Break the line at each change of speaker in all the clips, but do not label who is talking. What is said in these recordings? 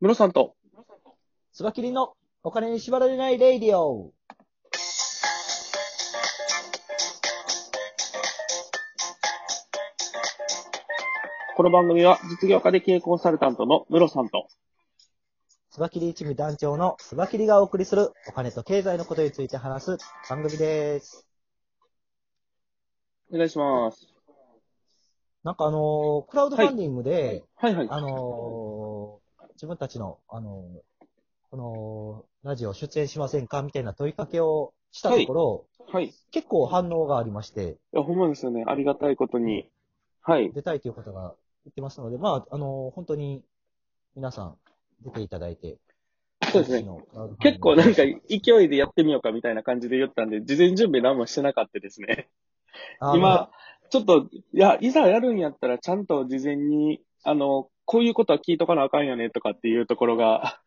ムロさんと、
スバキリンのお金に縛られないレイディオ。
この番組は実業家で経営コンサルタントのムロさんと、
スバキリ一味団長のスバキリがお送りするお金と経済のことについて話す番組です。
お願いします。
なんかあのークラウドファンディングで、
はいはい。
あのー自分たちの、あのーこの、ラジオ出演しませんかみたいな問いかけをしたところ、
はい。い
結構反応がありまして、
や、ほんまですよね。ありがたいことに。はい。
出たいという方が言ってますので、まあ、あのー本当に皆さん出ていただいて、
そうですね。
私のクラウドファンディング
結構なんか勢いでやってみようかみたいな感じで言ったんで、事前準備何もしてなかったですね。
あー
今、ちょっと、いや、いざやるんやったらちゃんと事前に、あの、こういうことは聞いとかなあかんよねとかっていうところが、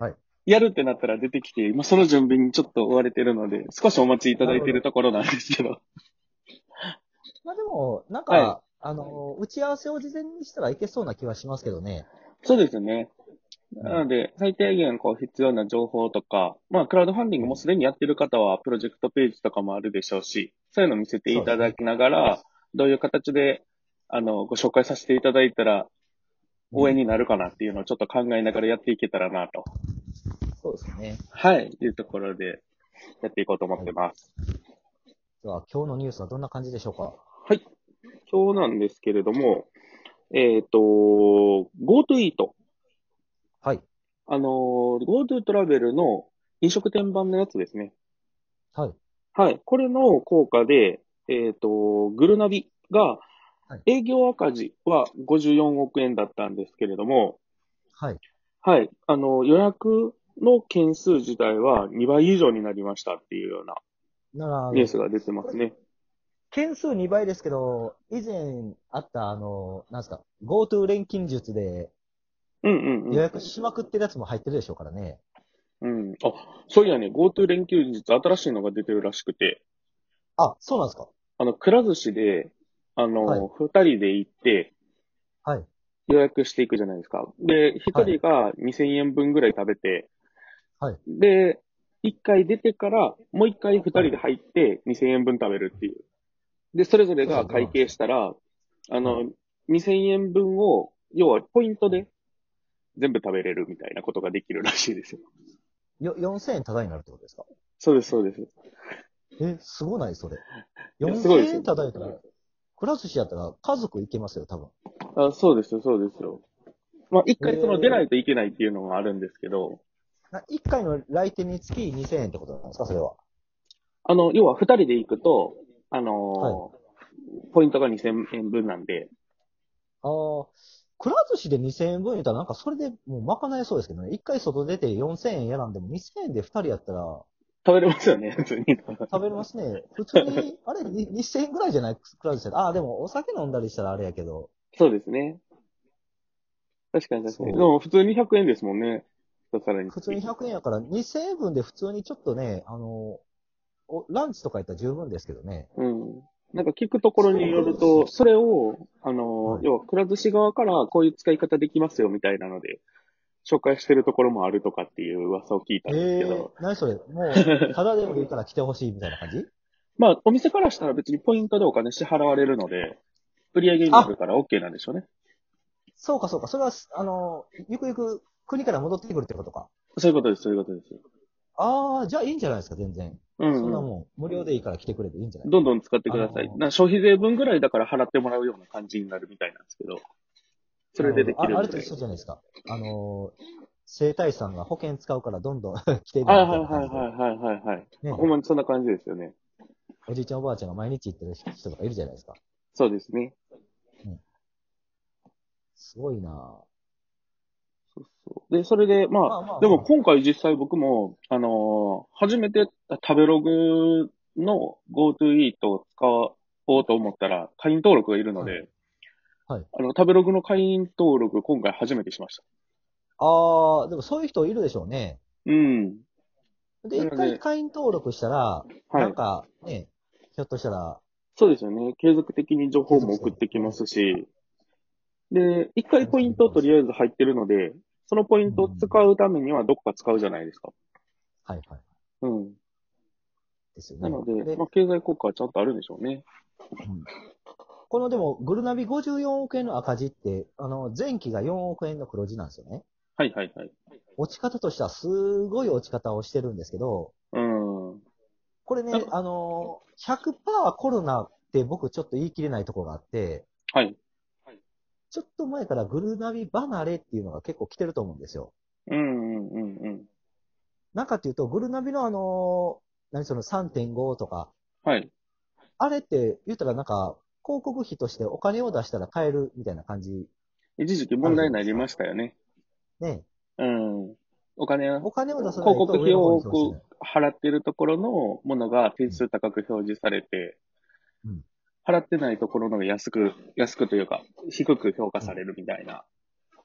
はい。
やるってなったら出てきて、今その準備にちょっと追われてるので、少しお待ちいただいてるところなんですけど。
まあでも、なんか、
は
あの、打ち合わせを事前にしたらいけそうな気はしますけどね。
そうですね。なので、最低限こう必要な情報とか、まあ、クラウドファンディングもすでにやってる方は、プロジェクトページとかもあるでしょうし、そういうのを見せていただきながら、どういう形で、あの、ご紹介させていただいたら、応援になるかなっていうのをちょっと考えながらやっていけたらなと、
そうですよね。
はい、いうところで、やっていこうと思ってます。
では、今日のニュースはどんな感じでしょうか
今日なんですけれども、えっ、と、GoTo イート。
はい。
あの、GoTo トラベルの飲食店版のやつですね。
はい。
はい。これの効果で、えっ、と、グルナビが
はい、
営業赤字は54億円だったんですけれども、
はい。
はい。あの、予約の件数自体は2倍以上になりましたっていうような
なら、
ニュースが出てますね。
件数2倍ですけど、以前あった、あの、なんですか、GoTo 錬金術で
うんうん
予
うん。
約しまくってるやつも入ってるでしょうからね。
うん。あ、そういやね、GoTo 連休日新しいのが出てるらしくて、
あ、そうなんですか
あの、くら寿司で、あ
はい
の、二、人で行って、
はい。
予約していくじゃないですか。で、一人が2000円分ぐらい食べて、
はい。
で、一回出てから、もう一回二人で入って2000円分食べるっていう。で、それぞれが会計したら、あ
は
の、2000円分を、要はポイントで全部食べれるみたいなことができるらしいですよ。
よ、4000円タダになるってことですか
そうです、そうです。
え、すごないそれ。
やすごいです
4000
よ
円タダやったら、くら寿司やったら家族行けますよ、多分。
あそうですよ、そうですよ。まあ、一回そ
へ
の
ー
出ないといけないっていうのもあるんですけど、
な一回の来店につき2000円ってことなんですか、それは。
あの、要は二人で行くと、あのーポイントが2000円分なんで、
ああ、くら寿司で2000円分言ったら、なんかそれでもう賄えそうですけどね。一回外出て4000円やらんでも2000円で2人やったら
食べれますよね、 普通に。
食べれます ね。普通に、あれ、に2000円ぐらいじゃないくら寿司やったら。ああ、でもお酒飲んだりしたらあれやけど。
そうですね。確かに確かに。
そ
で
う
も普通に100円ですもんね。一皿につき
普通に100円やから2000円分で普通にちょっとね、あの、おランチとかやったら十分ですけどね。
うん。なんか聞くところによる
そう
と、それを、あのー
はい
要はくら寿司側からこういう使い方できますよみたいなので、紹介してるところもあるとかっていう噂を聞いたんです
え
け
え
ど、
ー、何それも う、ただでもいいから来てほしいみたいな感じ
まあ、お店からしたら別にポイントでお金支払われるので、売り上げになるから OK なんでしょうね。
そうかそうか。それは、あの、ゆくゆく国から戻ってくるってことか。
そういうことです、そういうことです。
ああ、じゃあいいんじゃないですか、全然。
うん
そんな
うん。
もん、無料でいいから来てくれていいんじゃない
どんどん使ってください。
あのー
な消費税分ぐらいだから払ってもらうような感じになるみたいなんですけど、それでできる
ああ
の
れと
で。
一緒じゃないですか。あのー、生体師さんが保険使うからどんどん 来てねみた
はいい
な
はい
感
はい
じで
はいはいはいはい。
ね
ほんまにそんな感じですよね。
おじいちゃんおばあちゃんが毎日行ってる人とかいるじゃないですか。
そうですね。
すごいなぁ
そうそうで、それで、まあ、
まあまあ
でも今回実際僕も、あのー初めて食べログの GoTo イートを使おうと思ったら、会員登録がいるので、
はいはい
あの、食べログの会員登録今回初めてしました。
ああ、でもそういう人いるでしょうね。
うん。
で、
なので
一回会員登録したら、
は
ないん。かね、ひょっとしたら、
そうですよね。継続的に情報も送ってきますし、で、一回ポイントとりあえず入ってるので、そのポイントを使うためにはどこか使うじゃないですか。
はいはい。
うん。
ですよね。
なので、まあ、経済効果はちゃんとあるんでしょうね。
うんこのでも、グルナビ54億円の赤字って、あの、前期が4億円の黒字なんですよね。
はいはいはい。
落ち方としてはすごい落ち方をしてるんですけど、
うん。
これ
なん
ね
か、
あの、100%コロナって僕ちょっと言い切れないところがあって、
はい。
ちょっと前からグルナビ離れっていうのが結構来てると思うんですよ。
うんうんうんうん。
なんかっていうと、グルナビのあの、何その3.5とか、
はい。
あれって言ったらなんか、広告費としてお金を出したら買えるみたいな感じ。
一時期問題になりましたよね。
ね。
うん。お金を
お金を出さないと
広告費を多
上の方に表示しない
く払ってるところのものが点数高く表示されて、
うん
払ってないところのが安く、安くというか、低く評価されるみたいな。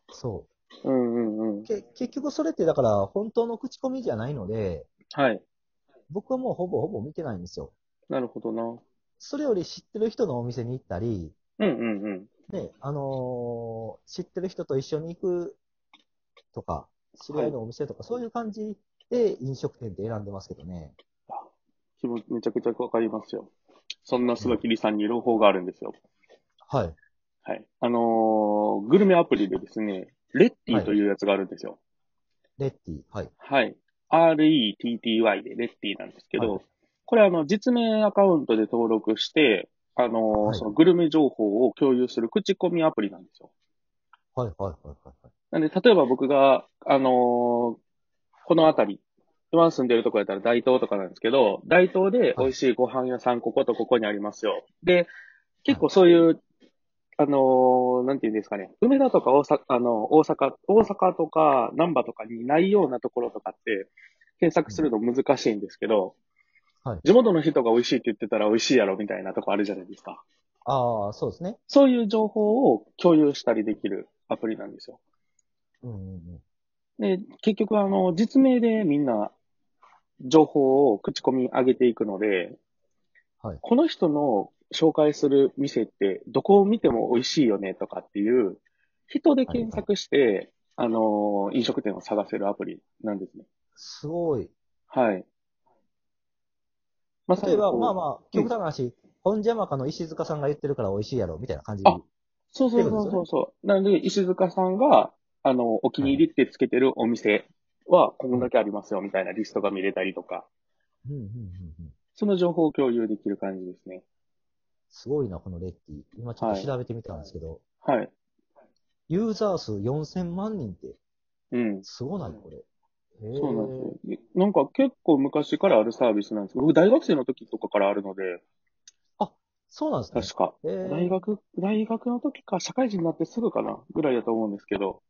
そ
うんうんうん
う。。け結局それってだから本当の口コミじゃないので、
はい。
僕はもうほぼほぼ見てないんですよ。
なるほどな。
それより知ってる人のお店に行ったり、
うんうんうん。
ね、あのー知ってる人と一緒に行くとか、知り合いのお店とか、そういう感じで飲食店って選んでますけどね。
気持ちめちゃくちゃわかりますよ。そんな須田りさんに朗報があるんですよ。
はい。
はい。あのーグルメアプリでですね、レッティというやつがあるんですよ。
レッティ。はい。
はい。RETTY でレッティなんですけど、
はい
これあの、実名アカウントで登録して、あのー
はい
そのグルメ情報を共有する口コミアプリなんですよ。
はいはいはいはい。
なんで、例えば僕が、あのーこの辺り、今住んでるとこやったら大東とかなんですけど、大東で美味しいご飯屋さん、こことここにありますよ。で、結構そういう、あのーなんていうんですかね、梅田とか大阪、あの、大阪、大阪とか南波とかにないようなところとかって、検索するの難しいんですけど、
はい
地元の人が美味しいって言ってたら美味しいやろみたいなとこあるじゃないですか。
ああ、そうですね。
そういう情報を共有したりできるアプリなんですよ。
うんうんうん。
で、結局、あの、実名でみんな、情報を口コミ上げていくので、
はい
この人の紹介する店って、どこを見ても美味しいよねとかっていう、人で検索して、あの、飲食店を探せるアプリなんですね。
すごい。
はい。まさ
例
に
えば、
こう
まあまあ、極端な話、本邪魔かの石塚さんが言ってるから美味しいやろ、みたいな感じ。
あそうそうそうそうそう。なので、石塚さんが、あの、お気に入りってつけてるお店は、こんだけありますよ、みたいなリストが見れたりとか、
うんうんうんうん。
その情報を共有できる感じですね。
すごいな、このレッティ。今ちょっと調べてみたんですけど、
はい。
ユーザー数4000万人って、
うん。
すごないこれ。へえ
そうなんですよ。なんか結構昔からあるサービスなんですけど、僕大学生の時とかからあるので、
そうなんですね。
確か。
えー
大学、大学の時か、社会人になってすぐかなぐらいだと思うんですけど、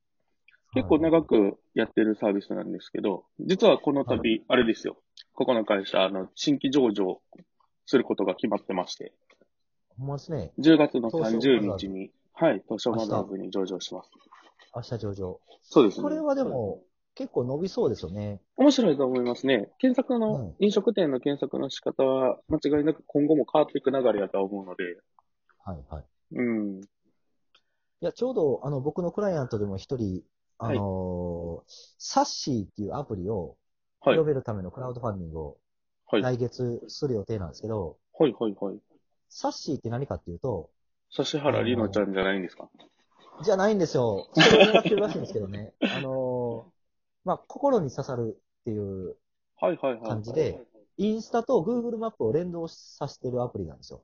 結構長くやってるサービスなんですけど、実はこの度、あれですよ。ここの会社、あの、新規上場することが決まってまして、
ほんまですね。
10月の
東証
30日に、はい、東証マザーズに上場します。
明日上場。
そうですね。
これはでも、結構伸びそうですよね。
面白いと思いますね。検索の、飲食店の検索の仕方は、間違いなく今後も変わっていく流れやとは思うので、
はいはい。
うん。
いや、ちょうど、あの、僕のクライアントでも一人、あのーサッシーっていうアプリを
はい。
広
はい、
めるためのクラウドファンディングを
はい、はい、
来月する予定なんですけど、
はい。
サッシーって何かっていうと、
指原莉乃ちゃんじゃないんですか
じゃないんで すよ。それを狙ってるらしいんですけどね。あのーまあ、心に刺さるっていう
はい、はい、はい。
感じで、インスタと Google マップを連動させてるアプリなんですよ。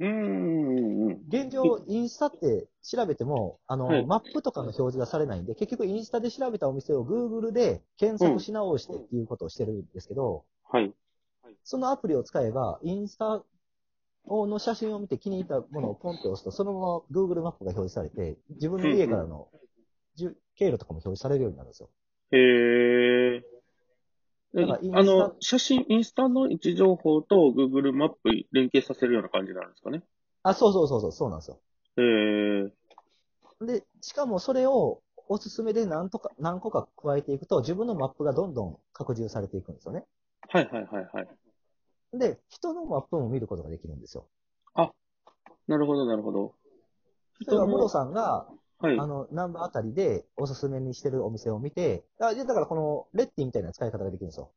うーん、うん、うん。
現状、インスタって調べても、あの、
はい
マップとかの表示がされないんで、結局インスタで調べたお店を Google で検索し直してっていうことをしてるんですけど、
はい。
そのアプリを使えば、インスタの写真を見て気に入ったものをポンって押すと、そのまま Google マップが表示されて、自分の家からのじゅ経路とかも表示されるようになるんですよ。
へー。
だからインスタ
あの、写真、インスタの位置情報と Google マップ連携させるような感じになるんですかね。
あ、そうそうそうそう、そうなんですよ。
へー。
で、しかもそれをおすすめで何とか、何個か加えていくと、自分のマップがどんどん拡充されていくんですよね。
はい、はい、はい、はい。
で、人のマップも見ることができるんですよ。
なるほど、なるほど。
例えば、ムロさんが、
はい。
あの、南部あたりでおすすめにしてるお店を見て、あでだからこの、レッティみたいな使い方ができるんですよ。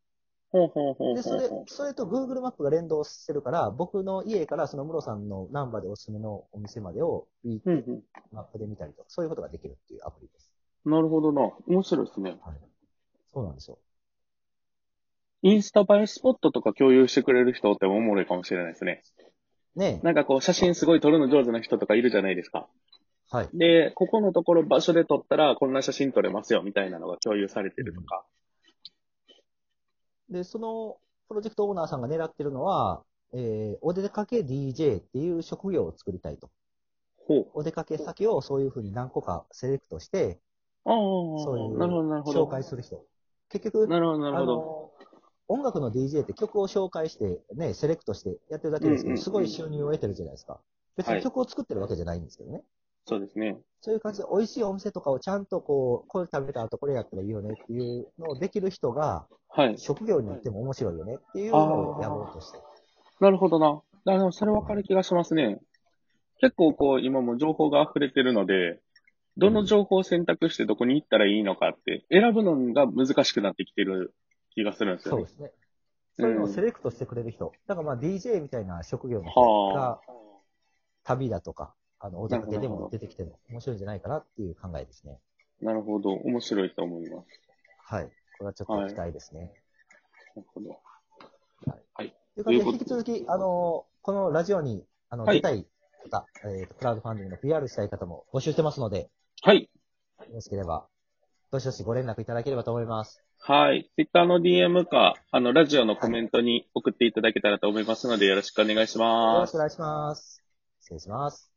ほうほうほう
で、
ほ
そうれ
ほ、
それと Google マップが連動してるから、僕の家からそのムロさんのナンバーでおすすめのお店までを、ビー
う。うんう
マップで見たりとか、そういうことができるっていうアプリです。
ん。なるほどな。面白いですね。
はい。そうなんですよ。
インスタ映えスポットとか共有してくれる人っておもろいかもしれないですね。
ねえ。
なんかこう、写真すごい撮るの上手な人とかいるじゃないですか。
はい。
で、ここのところ場所で撮ったらこんな写真撮れますよみたいなのが共有されてるとか。
で、その、プロジェクトオーナーさんが狙ってるのは、えー、お出かけ DJ っていう職業を作りたいと。
ほう。
お出かけ先をそういうふうに何個かセレクトして、
ああ、
そういう
なるほど、なるほど。
紹介する人。結局、
なるほど、なる
あ
ほど。
の、音楽の DJ って曲を紹介して、ね、セレクトしてやってるだけですけ
うんうんう
ど、
ん
すごい収入を得てるじゃないですか。別
は
に
い
曲を作ってるわけじゃないんですけどね。
そうですね。
そういう感じで、美味しいお店とかをちゃんとこう、これ食べた後これやったらいいよねっていうのをできる人が、
はい。
職業によっても面白いよねっていうのをやろうとして。
なるほどな。あでもそれ分かる気がしますね。結構こう、今も情報が溢れてるので、どの情報を選択してどこに行ったらいいのかって、選ぶのが難しくなってきてる気がするんですよ
そ
ね
うで。すね。そういうのをセレクトしてくれる人。だからまあ DJ みたいな職業の人
は
が、旅だとか、あの、お出かけでも出てきても面白いんじゃないかなっていう考えですね。
あ。なるほど。面白いと思います。
はい。これはちょっと期待ですね。
なるほど。
という感じ
というこ
で、引き続き、あの、このラジオに、あの、
はい
出たい方、えっ、と、クラウドファンディングの PR したい方も募集してますので、
はい。
よろしければ、どしどしご連絡いただければと思います。
はい。Twitter の DM か、あの、ラジオのコメントに送っていただけたらと思いますので、よろしくお願いし
よ
ま
ろ
す
しく。お願いします。失礼します。